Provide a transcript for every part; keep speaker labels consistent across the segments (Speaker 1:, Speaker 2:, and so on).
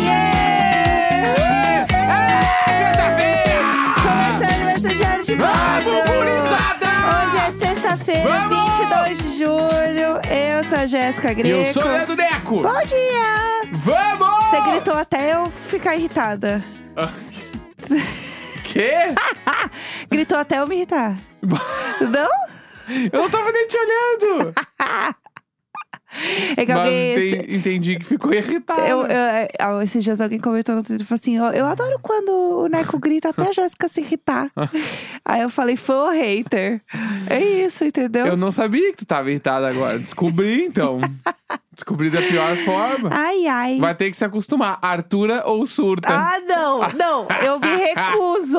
Speaker 1: É, é Segunda-feira,
Speaker 2: Vamos!
Speaker 1: 22 de julho. Eu sou a Jéssica
Speaker 2: E
Speaker 1: Greco.
Speaker 2: eu sou o Leandro Neco.
Speaker 1: Bom dia!
Speaker 2: Vamos!
Speaker 1: Você gritou até eu ficar irritada.
Speaker 2: Ah. Quê?
Speaker 1: Gritou até eu me irritar. Não?
Speaker 2: Eu não tava nem te olhando.
Speaker 1: É que
Speaker 2: Mas
Speaker 1: alguém. esse-
Speaker 2: enten- entendi que ficou irritado.
Speaker 1: eu- eu- ah, esses dias alguém comentou no Twitter e falou assim: "Ó, Eu adoro quando o Neco grita até a Jéssica se irritar. Aí eu falei: Fã ou hater? É isso, entendeu?
Speaker 2: Eu não sabia que tu tava irritado agora. Descobri, então. Descobri da pior forma.
Speaker 1: Ai, ai.
Speaker 2: Vai ter que se acostumar. Artura ou surta?
Speaker 1: Ah, não, não, eu me recuso.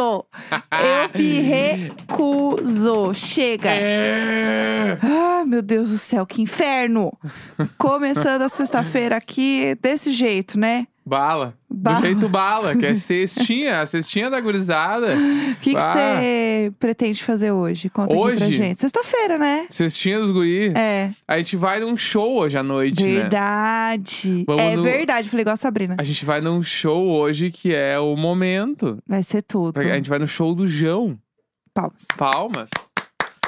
Speaker 1: Eu me recuso. Chega.
Speaker 2: É.
Speaker 1: Ah, meu Deus do céu, que inferno! Começando a sexta-feira aqui desse jeito, né?
Speaker 2: Bala.
Speaker 1: Bala.
Speaker 2: Do jeito bala, que é cestinha, a cestinha da gurizada.
Speaker 1: O que
Speaker 2: Ah.
Speaker 1: você pretende fazer hoje? Conta aqui pra
Speaker 2: Hoje?
Speaker 1: gente. Sexta-feira, né?
Speaker 2: Cestinha dos guri.
Speaker 1: É,
Speaker 2: A gente vai num show hoje à noite, né?
Speaker 1: verdade.
Speaker 2: Vamos
Speaker 1: é
Speaker 2: no-
Speaker 1: verdade, falei igual a Sabrina.
Speaker 2: A gente vai num show hoje que é o momento.
Speaker 1: Vai ser tudo.
Speaker 2: A gente vai no show do Jão.
Speaker 1: Palmas.
Speaker 2: Palmas.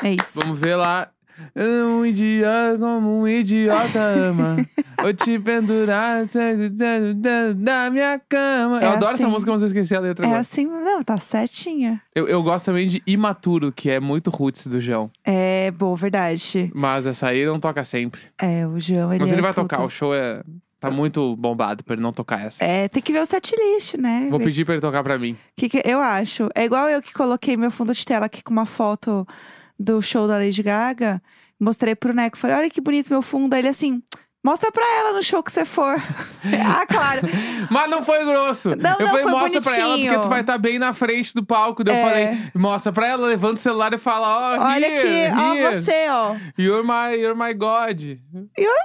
Speaker 1: É isso.
Speaker 2: Vamos ver lá. Um idiota como um idiota ama. Vou te pendurar cego dentro da- da minha cama.
Speaker 1: É
Speaker 2: eu adoro essa
Speaker 1: assim.
Speaker 2: música, mas eu esqueci a letra
Speaker 1: É
Speaker 2: agora.
Speaker 1: assim, não, tá certinha.
Speaker 2: Eu, eu gosto também de Imaturo, que é muito roots do Jão.
Speaker 1: É, bom, verdade.
Speaker 2: Mas essa aí não toca sempre.
Speaker 1: É, o João, ele
Speaker 2: mas
Speaker 1: é
Speaker 2: ele vai
Speaker 1: tudo.
Speaker 2: tocar, o show é... Tá muito bombado pra ele não tocar essa.
Speaker 1: É, tem que ver o setlist, né?
Speaker 2: Vou
Speaker 1: Ver
Speaker 2: pedir pra ele tocar pra mim.
Speaker 1: Que que- eu acho. É igual eu que coloquei meu fundo de tela aqui com uma foto do show da Lady Gaga. Mostrei pro Neco. Falei, olha que bonito meu fundo. Aí ele assim, mostra pra ela no show que você for. ah, claro.
Speaker 2: Mas não foi grosso.
Speaker 1: Não,
Speaker 2: eu
Speaker 1: não,
Speaker 2: falei,
Speaker 1: foi
Speaker 2: mostra pra ela,
Speaker 1: bonitinho.
Speaker 2: porque tu vai estar bem na frente do palco. Daí
Speaker 1: É.
Speaker 2: eu falei, mostra pra ela, levanta o celular e fala, ó,
Speaker 1: olha
Speaker 2: here,
Speaker 1: aqui, ó
Speaker 2: here.
Speaker 1: você, ó.
Speaker 2: You're my, you're my God.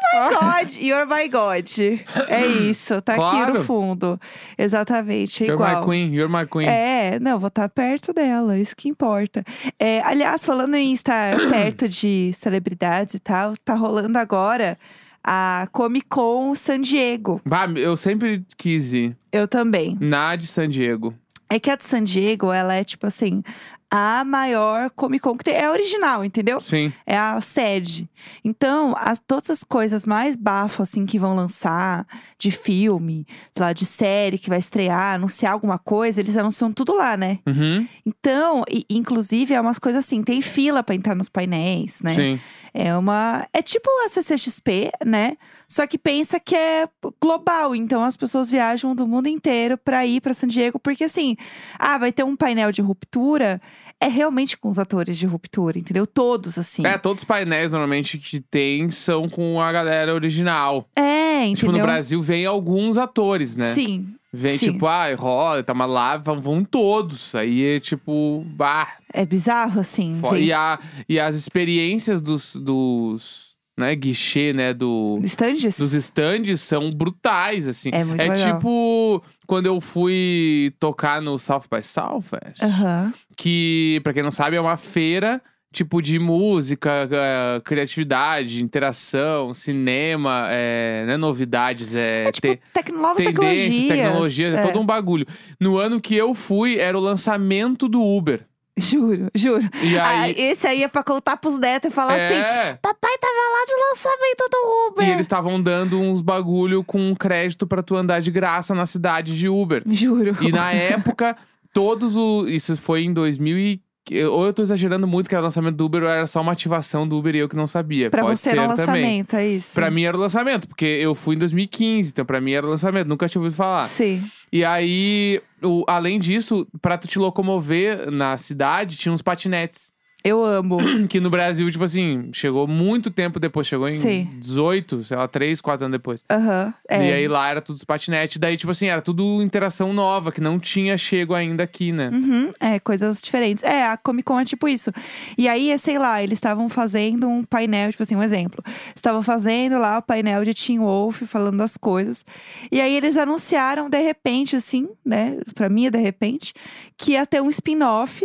Speaker 1: God, you're my God. É isso, tá aqui no
Speaker 2: Claro.
Speaker 1: fundo. Exatamente, é
Speaker 2: You're
Speaker 1: igual.
Speaker 2: my queen, you're my queen.
Speaker 1: É, não, vou estar perto dela, isso que importa. É, aliás, falando em estar perto de celebridades e tal, tá rolando agora a Comic Con San Diego.
Speaker 2: Bah, eu sempre quis ir
Speaker 1: Eu também.
Speaker 2: na de San Diego.
Speaker 1: É que a de San Diego, ela é tipo assim, a maior Comic Con que tem. É a original, entendeu?
Speaker 2: Sim.
Speaker 1: É a sede. Então, as, todas as coisas mais bafo, assim, que vão lançar, de filme, sei lá, de série que vai estrear, anunciar alguma coisa, eles anunciam tudo lá, né?
Speaker 2: Uhum.
Speaker 1: Então, e- inclusive, é umas coisas assim, tem fila pra entrar nos painéis, né?
Speaker 2: Sim.
Speaker 1: É uma. É tipo a CCXP, né? Só que pensa que é global. Então as pessoas viajam do mundo inteiro pra ir pra San Diego, porque assim, ah, vai ter um painel de ruptura. É realmente com os atores de ruptura, entendeu? Todos, assim.
Speaker 2: É, todos os painéis normalmente que tem são com a galera original.
Speaker 1: É, entendeu?
Speaker 2: Tipo, no Brasil vem alguns atores, né?
Speaker 1: Sim.
Speaker 2: Vem
Speaker 1: sim.
Speaker 2: tipo, ah, rola, tá uma lá, vão, vão todos. Aí é tipo, bah,
Speaker 1: É bizarro, assim.
Speaker 2: Fo-
Speaker 1: ver-
Speaker 2: E, a- e as experiências dos, dos né, guichê, né, do,
Speaker 1: Estandes?
Speaker 2: dos estandes são brutais, assim.
Speaker 1: É muito legal.
Speaker 2: tipo quando eu fui tocar no South by Southwest,
Speaker 1: Aham.
Speaker 2: que, pra quem não sabe, é uma feira, tipo, de música, eh, criatividade, interação, cinema, eh, né, novidades, é,
Speaker 1: É tipo tec... novas
Speaker 2: tendências,
Speaker 1: tecnologias.
Speaker 2: tecnologias, é
Speaker 1: É.
Speaker 2: todo um bagulho. No ano que eu fui, era o lançamento do Uber.
Speaker 1: Juro, juro.
Speaker 2: E aí...
Speaker 1: Ah, esse aí é pra contar pros netos e falar assim:
Speaker 2: é...
Speaker 1: Papai tava lá de lançamento do Uber.
Speaker 2: E eles estavam dando uns bagulho com um crédito pra tu andar de graça na cidade de Uber.
Speaker 1: Juro.
Speaker 2: E na época, todos os. Isso foi em 2000 e. Ou eu tô exagerando muito que era o lançamento do Uber, ou era só uma ativação do Uber e eu que não sabia.
Speaker 1: pra
Speaker 2: Pode
Speaker 1: você
Speaker 2: ser
Speaker 1: era um
Speaker 2: também.
Speaker 1: lançamento, é isso?
Speaker 2: Pra mim era o lançamento, porque eu fui em 2015, então pra mim era o lançamento, nunca tinha ouvido falar.
Speaker 1: Sim.
Speaker 2: E aí, o- além disso, pra tu te locomover na cidade, tinha uns patinetes.
Speaker 1: Eu amo.
Speaker 2: Que no Brasil, tipo assim, chegou muito tempo depois, chegou em
Speaker 1: Sim.
Speaker 2: 18, sei lá, 3, 4 anos depois.
Speaker 1: Aham. é.
Speaker 2: E aí lá era tudo os patinete. Daí, tipo assim, era tudo interação nova, que não tinha chego ainda aqui, né?
Speaker 1: Uhum, é, coisas diferentes. É, a Comic Con é tipo isso. E aí, é, sei lá, eles estavam fazendo um painel, tipo assim, um exemplo. Estavam fazendo lá o painel de Tim Wolf falando das coisas. E aí eles anunciaram, de repente, assim, né? Pra mim, é de repente, que ia ter um spin-off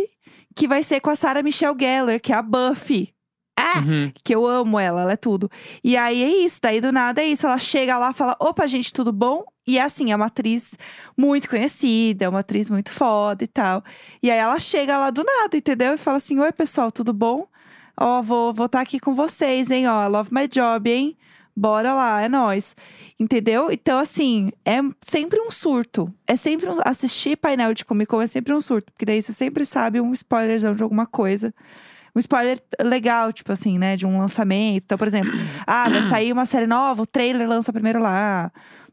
Speaker 1: que vai ser com a Sarah Michelle Gellar, que é a Buffy. Ah!
Speaker 2: Uhum.
Speaker 1: que eu amo ela, ela é tudo. E aí é isso, daí do nada é isso. Ela chega lá, fala: opa, gente, tudo bom? E é assim, é uma atriz muito conhecida, é uma atriz muito foda e tal. E aí ela chega lá do nada, entendeu? E fala assim: oi, pessoal, tudo bom? Ó, vou estar aqui com vocês, hein? Ó, love my job, hein? Bora lá, é nóis. Entendeu? Então, assim, é sempre um surto. É sempre um. Assistir painel de Comic Con é sempre um surto. Porque daí você sempre sabe um spoilerzão de alguma coisa. Um spoiler legal, tipo assim, né? De um lançamento. Então, por exemplo, ah, vai sair uma série nova, o trailer lança primeiro lá.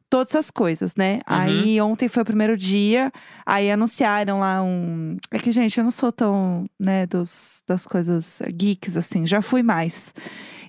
Speaker 1: Todas essas coisas, né? Aí ontem foi o primeiro dia, aí anunciaram lá um. É que, gente, eu não sou tão, né, dos, das coisas geeks, assim, já fui mais.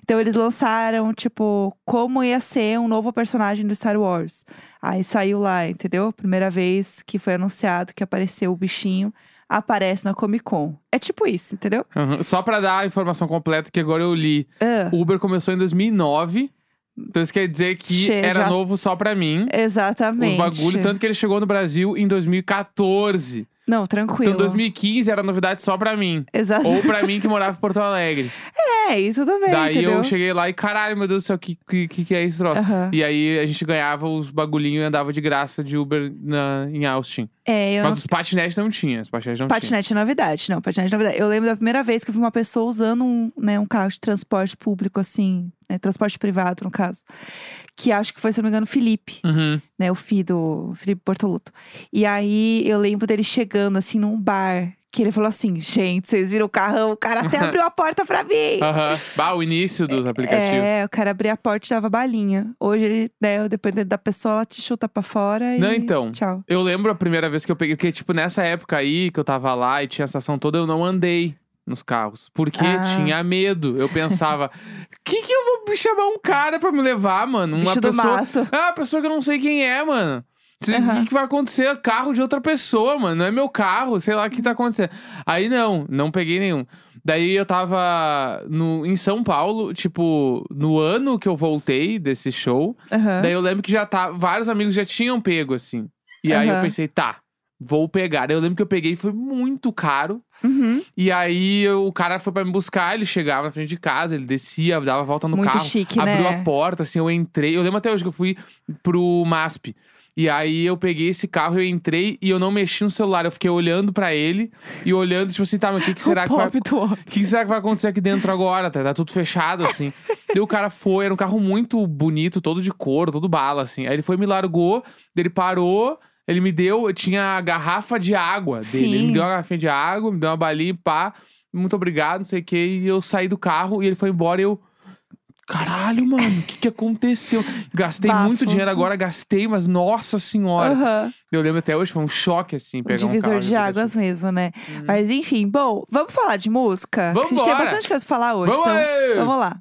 Speaker 1: Então eles lançaram, tipo, como ia ser um novo personagem do Star Wars. Aí saiu lá, entendeu? Primeira vez que foi anunciado que apareceu o bichinho, aparece na Comic Con. É tipo isso, entendeu?
Speaker 2: Uhum. Só pra dar a informação completa que agora eu li.
Speaker 1: Ah,
Speaker 2: Uber começou em 2009. Então isso quer dizer que
Speaker 1: Che-
Speaker 2: era
Speaker 1: já-
Speaker 2: novo só pra mim. Os
Speaker 1: exatamente.
Speaker 2: bagulho, tá- tanto que ele chegou no Brasil em 2014.
Speaker 1: Não, tranquilo.
Speaker 2: Então 2015 era novidade só pra mim.
Speaker 1: Exato.
Speaker 2: Ou pra mim que morava em Porto Alegre.
Speaker 1: É, e tudo bem,
Speaker 2: Daí
Speaker 1: entendeu?
Speaker 2: eu cheguei lá e, caralho, meu Deus do céu, que, que, que que é esse troço?
Speaker 1: Aham.
Speaker 2: E aí a gente ganhava os bagulhinhos e andava de graça de Uber na, em Austin.
Speaker 1: É, eu
Speaker 2: Mas os patinetes não tinha. Os patinetes não tinha.
Speaker 1: Patinete é novidade, não, patinete é novidade. Eu lembro da primeira vez que eu vi uma pessoa usando um, né, um carro de transporte público, assim, né, transporte privado, no caso. Que acho que foi, se eu não me engano, o Felipe,
Speaker 2: Uhum.
Speaker 1: né, o filho do Felipe Bortoluto. E aí eu lembro dele chegando, assim, num bar, que ele falou assim: gente, vocês viram o carrão? O cara até abriu a porta pra mim.
Speaker 2: Aham. Bah, o início dos aplicativos.
Speaker 1: É, o cara abria a porta e dava balinha. Hoje ele, né, dependendo da pessoa, ela te chuta pra fora e.
Speaker 2: Não, então.
Speaker 1: Tchau.
Speaker 2: Eu lembro a primeira vez que eu peguei, porque, tipo, nessa época aí que eu tava lá e tinha a estação toda, eu não andei nos carros. Porque
Speaker 1: Ah.
Speaker 2: tinha medo. Eu pensava, que que eu vou chamar um cara pra me levar, mano? Uma
Speaker 1: Bicho do
Speaker 2: pessoa.
Speaker 1: mato.
Speaker 2: Ah, uma pessoa que eu não sei quem é, mano. O que,
Speaker 1: Aham.
Speaker 2: que vai acontecer? Carro de outra pessoa, mano. Não é meu carro, sei lá o que tá acontecendo. Aí não, não peguei nenhum. Daí eu tava no, em São Paulo, tipo, no ano que eu voltei desse show.
Speaker 1: Aham.
Speaker 2: Daí eu lembro que já tá. Vários amigos já tinham pego, assim. E aí eu
Speaker 1: Aham.
Speaker 2: pensei, tá, vou pegar. Daí eu lembro que eu peguei e foi muito caro.
Speaker 1: Uhum.
Speaker 2: E aí eu- o cara foi pra me buscar, ele chegava na frente de casa, ele descia, dava a volta no
Speaker 1: Muito
Speaker 2: carro.
Speaker 1: chique,
Speaker 2: abriu
Speaker 1: né?
Speaker 2: a porta, assim, eu entrei. Eu lembro até hoje que eu fui pro MASP. E aí eu peguei esse carro, eu entrei e eu não mexi no celular. Eu fiquei olhando pra ele e olhando, tipo assim, tá, mas o que, que será
Speaker 1: o
Speaker 2: que vai
Speaker 1: pop do homem.
Speaker 2: o que será que vai acontecer aqui dentro agora? Tá, tá tudo fechado, assim. Daí o cara foi, era um carro muito bonito, todo de couro, todo bala, assim. Aí ele foi, me largou, daí ele parou, ele me deu, eu tinha a garrafa de água dele.
Speaker 1: Sim.
Speaker 2: Ele me deu uma garrafinha de água, me deu uma balinha, pá. Muito obrigado, não sei o quê. E eu saí do carro e ele foi embora e eu. Caralho, mano, o que, que aconteceu? Gastei
Speaker 1: Bafo.
Speaker 2: muito dinheiro agora, gastei, mas nossa senhora.
Speaker 1: Aham.
Speaker 2: Eu lembro até hoje, foi um choque, assim, pegar um
Speaker 1: divisor
Speaker 2: carro Hum.
Speaker 1: de águas mesmo, né? Mas enfim, bom, vamos falar de música? A gente tem
Speaker 2: Vambora!
Speaker 1: bastante coisa pra falar hoje,
Speaker 2: Vamos
Speaker 1: então
Speaker 2: aí!
Speaker 1: vamos lá.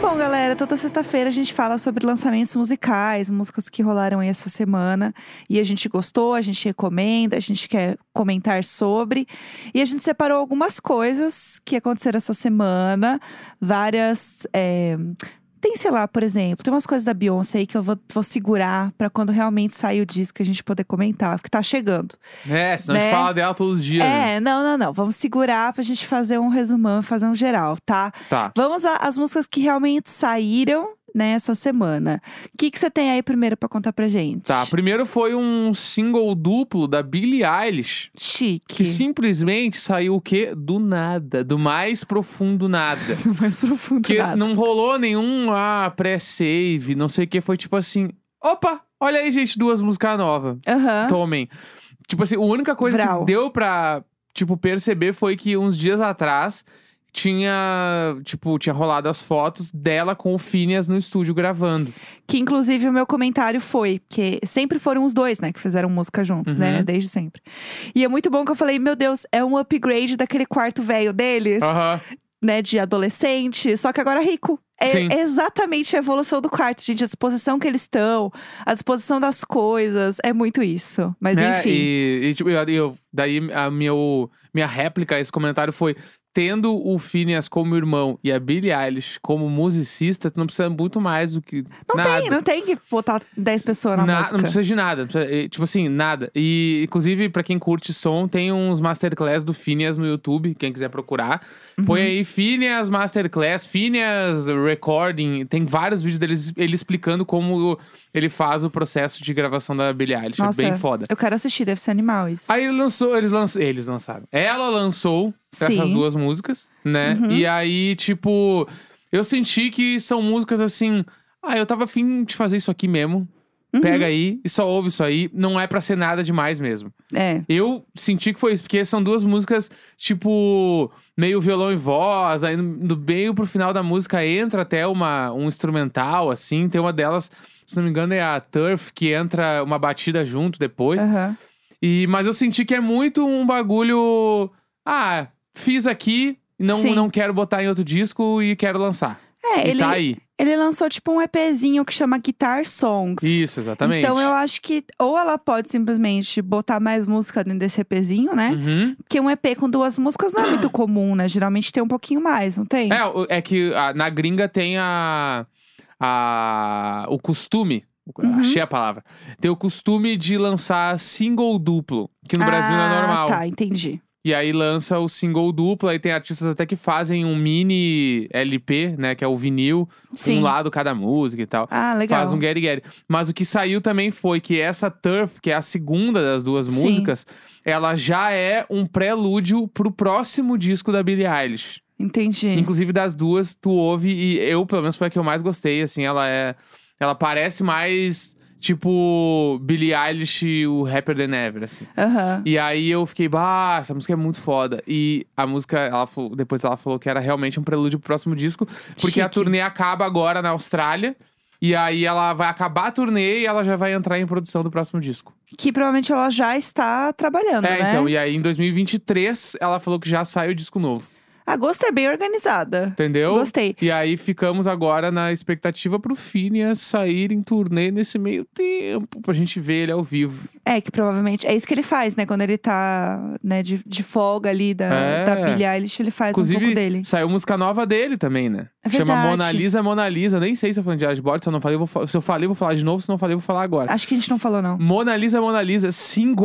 Speaker 1: Bom, galera, toda sexta-feira a gente fala sobre lançamentos musicais, músicas que rolaram aí essa semana e a gente gostou, a gente recomenda, a gente quer comentar sobre. E a gente separou algumas coisas que aconteceram essa semana, várias. é, Tem, sei lá, por exemplo, tem umas coisas da Beyoncé aí que eu vou, vou segurar pra quando realmente sair o disco a gente poder comentar, porque tá chegando.
Speaker 2: É, senão a
Speaker 1: Né?
Speaker 2: gente fala dela todos os dias. né?
Speaker 1: É, não, não, não. Vamos segurar pra gente fazer um resumão, fazer um geral, tá?
Speaker 2: Tá.
Speaker 1: Vamos a- às músicas que realmente saíram nessa semana. O que que você tem aí primeiro pra contar pra gente?
Speaker 2: Tá, primeiro foi um single duplo da Billie Eilish, que
Speaker 1: Chique.
Speaker 2: simplesmente saiu o quê? Do nada, do mais profundo nada.
Speaker 1: Mais profundo
Speaker 2: que
Speaker 1: nada.
Speaker 2: não rolou nenhum ah, pré-save, não sei o que, foi tipo assim, opa, olha aí gente, duas músicas novas,
Speaker 1: Aham.
Speaker 2: tomem. Tipo assim, a única coisa
Speaker 1: Vral.
Speaker 2: que deu pra, tipo, perceber foi que uns dias atrás tinha, tipo, tinha rolado as fotos dela com o Phineas no estúdio gravando.
Speaker 1: Que inclusive o meu comentário foi, porque sempre foram os dois, né, que fizeram música juntos,
Speaker 2: Uhum.
Speaker 1: né, desde sempre. E é muito bom que eu falei, meu Deus, é um upgrade daquele quarto velho deles,
Speaker 2: Aham.
Speaker 1: né, de adolescente, só que agora rico. É
Speaker 2: Sim.
Speaker 1: exatamente a evolução do quarto, gente, a disposição que eles estão, a disposição das coisas, é muito isso. Mas
Speaker 2: né?
Speaker 1: enfim.
Speaker 2: E, e, tipo, eu, eu- daí a meu, minha réplica a esse comentário foi: tendo o Phineas como irmão e a Billie Eilish como musicista, tu não precisa muito mais do que
Speaker 1: Não
Speaker 2: nada.
Speaker 1: tem, não tem que botar 10 pessoas na
Speaker 2: Na-
Speaker 1: música.
Speaker 2: não precisa de nada. não precisa- eh, tipo assim, nada. E, inclusive, pra quem curte som, tem uns masterclass do Phineas no YouTube, quem quiser procurar.
Speaker 1: Uhum.
Speaker 2: Põe aí Phineas Masterclass, Phineas Recording. Tem vários vídeos dele, ele explicando como ele faz o processo de gravação da Billie Eilish.
Speaker 1: Nossa,
Speaker 2: é bem foda.
Speaker 1: Eu quero assistir, deve ser animal isso.
Speaker 2: Aí ele lançou, eles, lanç, eles lançaram. Ela lançou essas
Speaker 1: Sim.
Speaker 2: duas músicas, né? E aí, tipo, eu senti que são músicas assim. Ah, eu tava afim de fazer isso aqui mesmo. Pega aí e só ouve isso aí. Não é pra ser nada demais mesmo.
Speaker 1: É.
Speaker 2: Eu senti que foi isso, porque são duas músicas, tipo, meio violão e voz, aí no- do meio pro final da música entra até uma, um instrumental, assim. Tem uma delas, se não me engano, é a Turf, que entra uma batida junto depois.
Speaker 1: aham.
Speaker 2: E, mas eu senti que é muito um bagulho. Ah, fiz aqui, não,
Speaker 1: Sim.
Speaker 2: não quero botar em outro disco e quero lançar.
Speaker 1: É,
Speaker 2: e
Speaker 1: ele,
Speaker 2: tá aí.
Speaker 1: ele lançou tipo um EPzinho que chama Guitar Songs.
Speaker 2: Isso, exatamente.
Speaker 1: Então eu acho que ou ela pode simplesmente botar mais música dentro desse EPzinho, né?
Speaker 2: Uhum.
Speaker 1: Porque um EP com duas músicas não é muito comum, né? Geralmente tem um pouquinho mais, não tem?
Speaker 2: É, o- é que a- na gringa tem a, a o costume.
Speaker 1: Uhum.
Speaker 2: Achei a palavra. Tem o costume de lançar single duplo, que no Brasil não é
Speaker 1: Ah,
Speaker 2: normal.
Speaker 1: Tá, entendi.
Speaker 2: E aí lança o single duplo, aí tem artistas até que fazem um mini LP, né? Que é o vinil,
Speaker 1: Sim.
Speaker 2: um lado cada música e tal.
Speaker 1: Ah, legal.
Speaker 2: Faz um Get Get. Mas o que saiu também foi que essa Turf, que é a segunda das duas
Speaker 1: Sim.
Speaker 2: músicas, ela já é um prelúdio pro próximo disco da Billie Eilish.
Speaker 1: Entendi.
Speaker 2: Inclusive das duas, tu ouve e eu, pelo menos, foi a que eu mais gostei, assim, ela é... Ela parece mais, tipo, Billie Eilish e o Rapper Than Ever, assim.
Speaker 1: Aham.
Speaker 2: E aí eu fiquei, bah, essa música é muito foda. E a música, ela, fo- depois ela falou que era realmente um prelúdio pro próximo disco, porque a
Speaker 1: Chique.
Speaker 2: turnê acaba agora na Austrália. E aí ela vai acabar a turnê e ela já vai entrar em produção do próximo disco.
Speaker 1: Que provavelmente ela já está trabalhando,
Speaker 2: é,
Speaker 1: né?
Speaker 2: então, e aí em 2023 ela falou que já sai o disco novo,
Speaker 1: A Gosto é bem organizada.
Speaker 2: entendeu?
Speaker 1: Gostei.
Speaker 2: E aí ficamos agora na expectativa pro Phineas sair em turnê nesse meio tempo, pra gente ver ele ao vivo.
Speaker 1: É, que provavelmente é isso que ele faz, né? Quando ele tá né, de, de folga ali da,
Speaker 2: É.
Speaker 1: da Billie Eilish, ele faz um
Speaker 2: Inclusive,
Speaker 1: pouco dele.
Speaker 2: saiu música nova dele também, né?
Speaker 1: É
Speaker 2: Chama
Speaker 1: verdade.
Speaker 2: Mona Lisa, Mona Lisa. Nem sei se eu falei de Ashboard, se eu não falei, eu vou, fa- se eu falei, eu vou falar de novo, se não falei, eu vou falar agora.
Speaker 1: Acho que a gente não falou, não.
Speaker 2: Mona Lisa, Mona Lisa,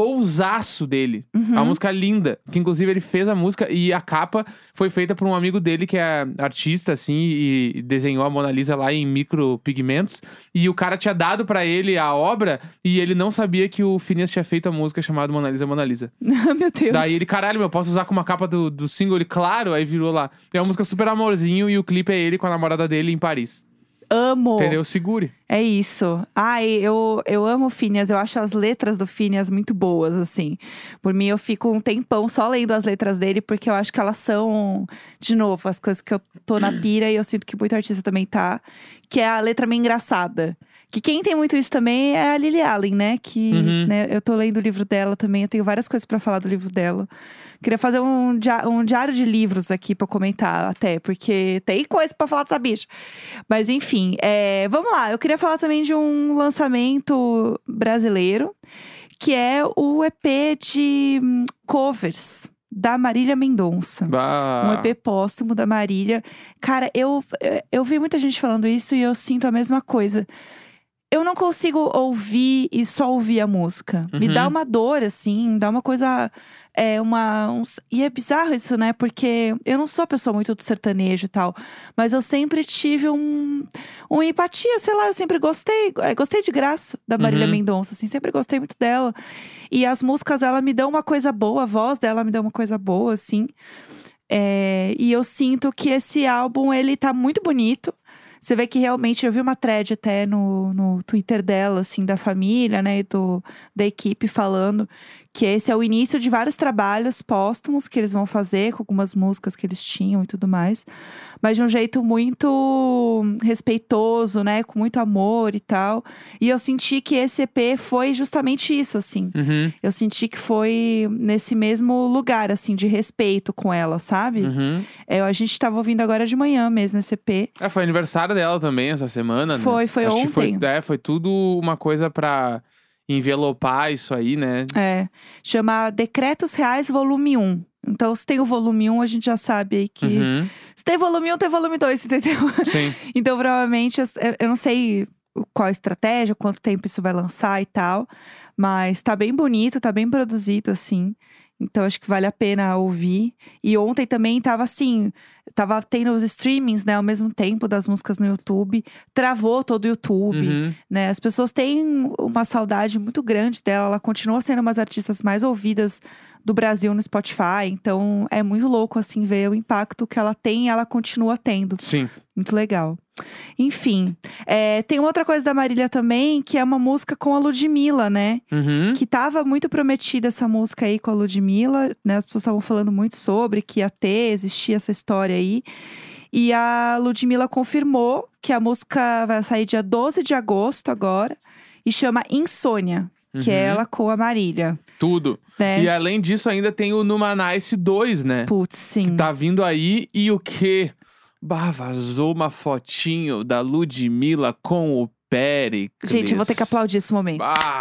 Speaker 2: singlezaço dele.
Speaker 1: Uhum.
Speaker 2: A música é linda, que inclusive ele fez a música e a capa foi feita por um amigo dele que é artista, assim, e e desenhou a Mona Lisa lá em micropigmentos. E o cara tinha dado pra ele a obra e ele não sabia que o Phineas tinha feito a música chamada Mona Lisa, Mona Lisa.
Speaker 1: Meu Deus.
Speaker 2: Daí ele, caralho, meu, posso usar com uma capa do, do single? Ele, claro, aí virou lá. É uma música super amorzinho e o clipe é ele com a namorada dele em Paris.
Speaker 1: Amo.
Speaker 2: Entendeu? Segure.
Speaker 1: É isso. Ai, eu, eu amo o Phineas. Eu acho as letras do Phineas muito boas, assim. Por mim, eu fico um tempão só lendo as letras dele, porque eu acho que elas são, de novo, as coisas que eu tô na pira e eu sinto que muito artista também tá. Que é a letra meio engraçada. Que quem tem muito isso também é a Lily Allen, né? Que
Speaker 2: Uhum.
Speaker 1: né, eu tô lendo o livro dela também. Eu tenho várias coisas pra falar do livro dela. Queria fazer um, dia- um diário de livros aqui pra comentar, até, porque tem coisa pra falar dessa bicha. Mas enfim, é, vamos lá. Eu queria falar também de um lançamento brasileiro, que é o EP de hum, covers da Marília Mendonça. Um
Speaker 2: Bah.
Speaker 1: EP póstumo da Marília. Cara, eu, eu- eu vi muita gente falando isso e eu sinto a mesma coisa. Eu não consigo ouvir e só ouvir a música. Me
Speaker 2: Uhum.
Speaker 1: dá uma dor, assim, me dá uma coisa. É, uma, um s- e é bizarro isso, né? Porque eu não sou a pessoa muito do sertanejo e tal. Mas eu sempre tive um, um empatia, sei lá, eu sempre gostei. eh, Gostei de graça da Marília
Speaker 2: Uhum.
Speaker 1: Mendonça, assim, sempre gostei muito dela. E as músicas dela me dão uma coisa boa, a voz dela me dá uma coisa boa, assim. É, e eu sinto que esse álbum, ele tá muito bonito. Você vê que realmente, eu vi uma thread até no, no Twitter dela, assim, da família, né, e do, da equipe falando que esse é o início de vários trabalhos póstumos que eles vão fazer, com algumas músicas que eles tinham e tudo mais. Mas de um jeito muito respeitoso, né, com muito amor e tal. E eu senti que esse EP foi justamente isso, assim.
Speaker 2: Uhum,
Speaker 1: Eu senti que foi nesse mesmo lugar, assim, de respeito com ela, sabe?
Speaker 2: uhum.
Speaker 1: É, a gente tava ouvindo agora de manhã mesmo esse EP.
Speaker 2: É, foi aniversário dela também essa semana, né?
Speaker 1: Foi, foi
Speaker 2: Acho que
Speaker 1: ontem.
Speaker 2: foi, é, foi tudo uma coisa pra envelopar isso aí, né?
Speaker 1: É, chama Decretos Reais Volume 1. Então, se tem o volume 1, a gente já sabe aí que.
Speaker 2: Uhum.
Speaker 1: Se tem volume 1, tem volume 2, entendeu?
Speaker 2: Sim.
Speaker 1: Então, provavelmente, as- eu- eu não sei o- qual a estratégia, quanto tempo isso vai lançar e tal. Mas tá bem bonito, tá bem produzido, assim. Então, acho que vale a pena ouvir. E ontem também tava assim, tava tendo os streamings, né, ao mesmo tempo das músicas no YouTube. Travou todo o YouTube
Speaker 2: Uhum.
Speaker 1: né? As pessoas têm uma saudade muito grande dela. Ela continua sendo uma das artistas mais ouvidas do Brasil no Spotify. Então é muito louco, assim, ver o impacto que ela tem e ela continua tendo.
Speaker 2: Sim.
Speaker 1: Muito legal. Enfim, é, tem uma outra coisa da Marília também, que é uma música com a Ludmilla, né?
Speaker 2: Uhum.
Speaker 1: Que tava muito prometida essa música aí com a Ludmilla, né? As pessoas estavam falando muito sobre que ia ter, existia essa história aí. E a Ludmilla confirmou que a música vai sair dia 12 de agosto agora. E chama Insônia, que é
Speaker 2: Uhum.
Speaker 1: ela com a Marília,
Speaker 2: Tudo.
Speaker 1: né?
Speaker 2: E é. além disso, ainda tem o Numa Nice 2, né?
Speaker 1: Putz, sim.
Speaker 2: Tá vindo aí e o quê? Bah, vazou uma fotinho da Ludmilla com o Pericles.
Speaker 1: Gente, eu vou ter que aplaudir esse momento.
Speaker 2: Bah.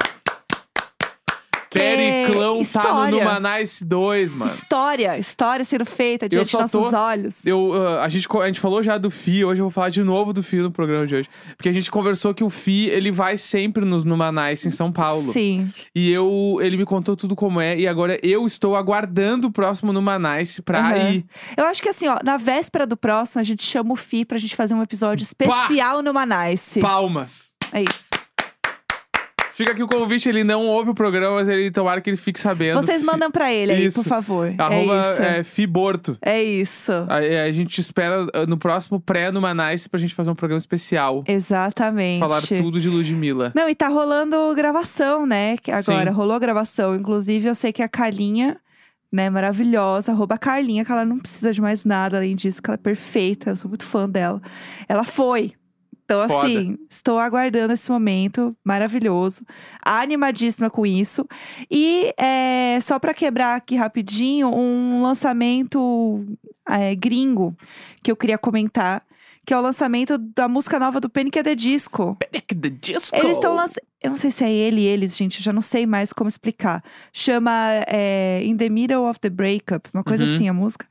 Speaker 2: Periclão tá no
Speaker 1: história.
Speaker 2: Numa Nice 2, mano.
Speaker 1: História, história sendo feita diante de
Speaker 2: só tô-
Speaker 1: nossos olhos.
Speaker 2: Eu, uh, a, gente, co- a gente falou já do Fi, hoje eu vou falar de novo do Fi no programa de hoje. Porque a gente conversou que o Fi, ele vai sempre nos Numa Nice em São Paulo.
Speaker 1: Sim.
Speaker 2: E eu, ele me contou tudo como é, e agora eu estou aguardando o próximo Numa Nice pra
Speaker 1: Aham.
Speaker 2: ir.
Speaker 1: Eu acho que assim, ó, na véspera do próximo, a gente chama o Fi pra gente fazer um episódio
Speaker 2: Pá!
Speaker 1: especial no Manice.
Speaker 2: Palmas.
Speaker 1: É isso.
Speaker 2: Fica aqui o convite, ele não ouve o programa, mas ele tomara que ele fique sabendo.
Speaker 1: Vocês
Speaker 2: Fi-
Speaker 1: mandam pra ele aí,
Speaker 2: Isso.
Speaker 1: por favor.
Speaker 2: Arroba
Speaker 1: é isso.
Speaker 2: é, Ah. Fiborto.
Speaker 1: É... isso.
Speaker 2: A, a gente te espera uh, no próximo pré-Numa Nice pra gente fazer um programa especial.
Speaker 1: Exatamente.
Speaker 2: Falar tudo de Ludmilla.
Speaker 1: Não, e tá rolando gravação, né? que Agora,
Speaker 2: Sim.
Speaker 1: rolou gravação. Inclusive, eu sei que a Carlinha, né, maravilhosa, arroba Carlinha, que ela não precisa de mais nada além disso, que ela é perfeita, eu sou muito fã dela. Ela foi. Então,
Speaker 2: Foda.
Speaker 1: assim, estou aguardando esse momento maravilhoso, animadíssima com isso. E é, só pra quebrar aqui rapidinho, um lançamento é, gringo que eu queria comentar, que é o lançamento da música nova do Panic! at the Disco. Eles estão lançando. Eu não sei se é ele, eles, gente, eu já não sei mais como explicar. Chama é, In the Middle of the Breakup, uma coisa
Speaker 2: Uhum.
Speaker 1: assim a música.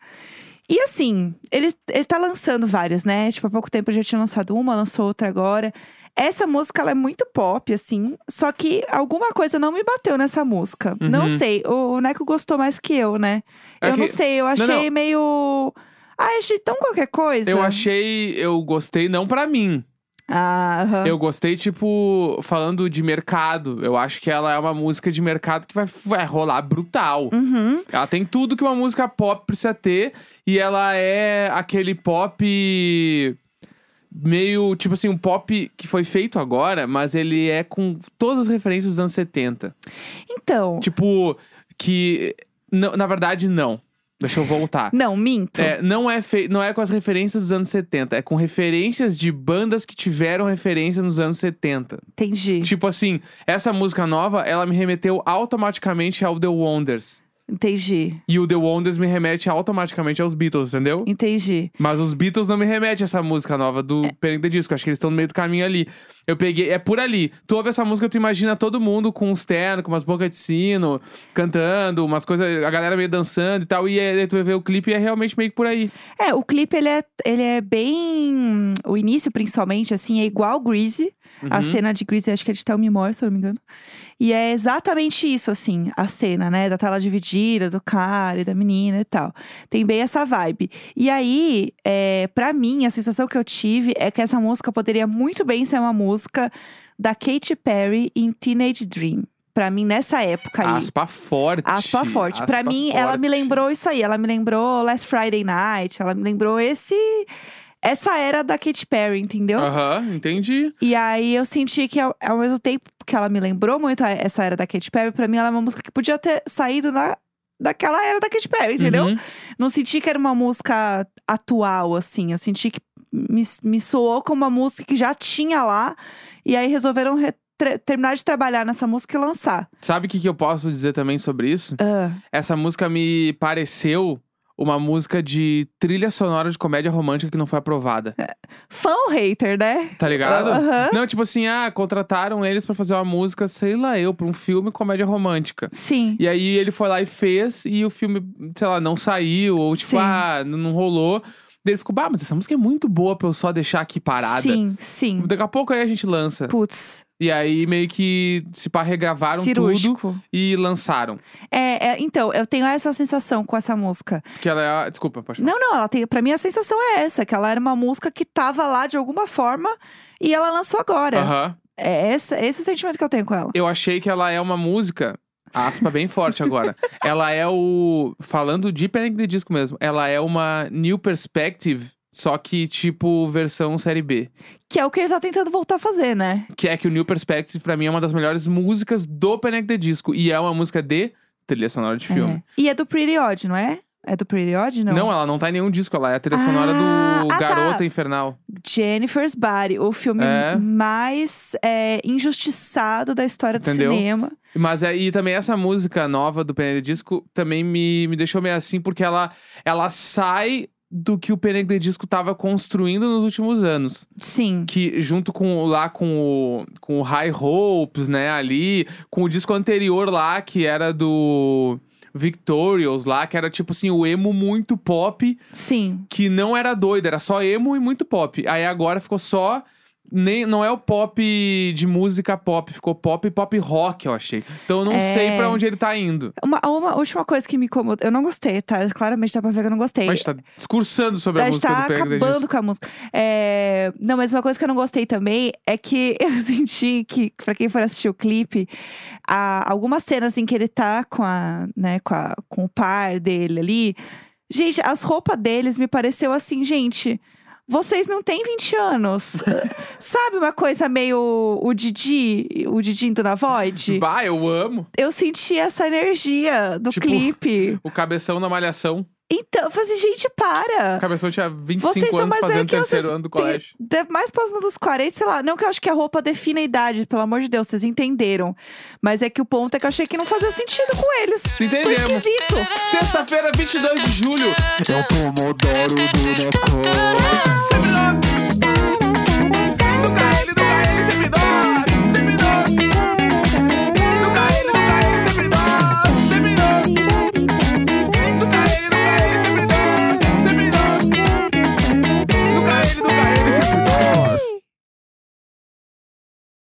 Speaker 1: E assim, ele, ele tá lançando várias, né? Tipo, há pouco tempo ele já tinha lançado uma, lançou outra agora. Essa música, ela é muito pop, assim. Só que alguma coisa não me bateu nessa música.
Speaker 2: Uhum.
Speaker 1: Não sei. O, o Neco gostou mais que eu, né?
Speaker 2: É
Speaker 1: eu não
Speaker 2: que-
Speaker 1: sei, eu achei
Speaker 2: não.
Speaker 1: meio. Ah, achei tão qualquer coisa.
Speaker 2: Eu achei, eu gostei não pra mim.
Speaker 1: Ah, aham.
Speaker 2: Eu gostei tipo falando de mercado. Eu acho que ela é uma música de mercado que vai, vai rolar brutal.
Speaker 1: Uhum.
Speaker 2: Ela tem tudo que uma música pop precisa ter e ela é aquele pop meio tipo assim um pop que foi feito agora, mas ele é com todas as referências dos anos 70.
Speaker 1: Então.
Speaker 2: Tipo que não- na verdade não. Deixa eu voltar.
Speaker 1: Não, minto.
Speaker 2: É, não é, fe- não é com as referências dos anos 70, é com referências de bandas que tiveram referência nos anos 70.
Speaker 1: Entendi.
Speaker 2: Tipo assim, essa música nova, ela me remeteu automaticamente ao The Wonders.
Speaker 1: Entendi,
Speaker 2: E o The Wonders me remete automaticamente aos Beatles, entendeu?
Speaker 1: entendi.
Speaker 2: Mas os Beatles não me remete a essa música nova do
Speaker 1: É.
Speaker 2: Panic! The Disco. Acho que eles estão no meio do caminho ali. Eu peguei... É por ali. Tu ouve essa música, tu imagina todo mundo com uns ternos, com umas bocas de sino, cantando, umas coisas... A galera meio dançando e tal. E aí tu vai ver o clipe e é realmente meio que por aí.
Speaker 1: É, o clipe, ele é, ele é bem... O início, principalmente, assim, é igual Greasy.
Speaker 2: Uhum.
Speaker 1: A cena de Greasy, acho que é de Tell Me More, se eu não me engano. E é exatamente isso, assim, a cena, né? Da tela dividida, do cara e da menina e tal. Tem bem essa vibe. E aí, é, pra mim, a sensação que eu tive é que essa música poderia muito bem ser uma música da Katy Perry em Teenage Dream. Pra mim, nessa época aí.
Speaker 2: Aspa forte.
Speaker 1: Aspa forte. Pra
Speaker 2: Aspa
Speaker 1: mim, ela me
Speaker 2: forte.
Speaker 1: lembrou isso aí. Ela me lembrou Last Friday Night. Ela me lembrou esse. Essa era da Katy Perry, entendeu?
Speaker 2: Aham, entendi.
Speaker 1: E aí eu senti que ao, ao mesmo tempo que ela me lembrou muito a- essa era da Katy Perry, pra mim ela é uma música que podia ter saído na, daquela era da Katy Perry, entendeu?
Speaker 2: Uhum.
Speaker 1: Não senti que era uma música atual, assim. Eu senti que me, me soou como uma música que já tinha lá. E aí resolveram re- tre- terminar de trabalhar nessa música e lançar.
Speaker 2: Sabe o que, que eu posso dizer também sobre isso?
Speaker 1: Ah,
Speaker 2: Essa música me pareceu uma música de trilha sonora de comédia romântica que não foi aprovada.
Speaker 1: Fã ou hater, né?
Speaker 2: Tá ligado?
Speaker 1: É. Aham.
Speaker 2: Não, tipo assim, ah, contrataram eles pra fazer uma música, sei lá eu, pra um filme comédia romântica.
Speaker 1: Sim.
Speaker 2: E aí ele foi lá e fez, e o filme, sei lá, não saiu, ou tipo,
Speaker 1: Sim.
Speaker 2: ah, n- não rolou. Daí ele ficou, bah, mas essa música é muito boa pra eu só deixar aqui parada.
Speaker 1: Sim, sim.
Speaker 2: Daqui a pouco aí a gente lança.
Speaker 1: Putz,
Speaker 2: E aí meio que se pá, regravaram tudo
Speaker 1: cirúrgico.
Speaker 2: e lançaram.
Speaker 1: É, é, então, eu tenho essa sensação com essa música.
Speaker 2: Porque ela é. a- Desculpa, pode falar.
Speaker 1: Não, não, ela tem. Pra mim a sensação é essa, que ela era uma música que tava lá de alguma forma e ela lançou agora.
Speaker 2: Aham.
Speaker 1: É essa, esse é o sentimento que eu tenho com ela.
Speaker 2: Eu achei que ela é uma música. Aspa bem forte agora. ela é o. Falando de Panic! The Disco mesmo. Ela é uma New Perspective, só que tipo versão série B.
Speaker 1: Que é o que ele tá tentando voltar a fazer, né?
Speaker 2: Que é que o New Perspective, pra mim, é uma das melhores músicas do Panic! The Disco. E é uma música de trilha sonora de filme.
Speaker 1: É. E é do Pretty Odd, não é? É do Pretty Odd, não?
Speaker 2: ela não tá em nenhum disco. Ela é a trilha
Speaker 1: Ah,
Speaker 2: sonora do
Speaker 1: ah, tá.
Speaker 2: Garota Infernal.
Speaker 1: Jennifer's Body, o filme
Speaker 2: É.
Speaker 1: mais é, injustiçado da história do
Speaker 2: Entendeu?
Speaker 1: cinema.
Speaker 2: Mas é, e também essa música nova do Panic! The Disco também me, me deixou meio assim, porque ela, ela sai do que o Panic! The Disco tava construindo nos últimos anos.
Speaker 1: Sim.
Speaker 2: Que junto com o- lá com o, com o High Hopes, né, ali, com o disco anterior lá, que era do Victorious lá, que era tipo assim, o emo muito pop,
Speaker 1: Sim.
Speaker 2: que não era doido, era só emo e muito pop. Aí agora ficou só. Nem, não é o pop de música pop, ficou pop e pop rock, eu achei. Então eu não
Speaker 1: É.
Speaker 2: sei pra onde ele tá indo.
Speaker 1: Uma, uma última coisa que me incomodou. Eu não gostei, tá? Claramente dá pra ver que eu não gostei.
Speaker 2: Mas tá discursando sobre
Speaker 1: a
Speaker 2: a
Speaker 1: gente
Speaker 2: música
Speaker 1: É. tá
Speaker 2: do Panic! At the
Speaker 1: acabando com a música. É, Não, mas uma coisa que eu não gostei também é que eu senti que, pra quem for assistir o clipe, há algumas cenas em que ele tá com a, né, com, a- com o par dele ali. Gente, as roupas deles me pareceu assim, gente. Vocês não têm 20 anos. Sabe uma coisa meio o Didi, o Didi do
Speaker 2: Disco.
Speaker 1: Navoid?
Speaker 2: Bah, eu amo.
Speaker 1: Eu senti essa energia do
Speaker 2: Tipo,
Speaker 1: clipe.
Speaker 2: O Cabeção na Malhação.
Speaker 1: Então, eu falei assim, gente,
Speaker 2: O
Speaker 1: para.
Speaker 2: Cabeção tinha 25
Speaker 1: Vocês são
Speaker 2: anos
Speaker 1: mais
Speaker 2: fazendo
Speaker 1: velhos que eu,
Speaker 2: terceiro
Speaker 1: vocês
Speaker 2: ano do colégio.
Speaker 1: Tem- de- mais próximo dos 40, sei lá. Não que eu acho que a roupa define a idade, pelo amor de Deus, vocês entenderam. Mas é que o ponto é que eu achei que não fazia sentido com eles. Tô
Speaker 2: Entendemos.
Speaker 1: esquisito.
Speaker 2: Sexta-feira, 22 de julho.
Speaker 3: É o Pomodoro do Necão.
Speaker 2: Sempre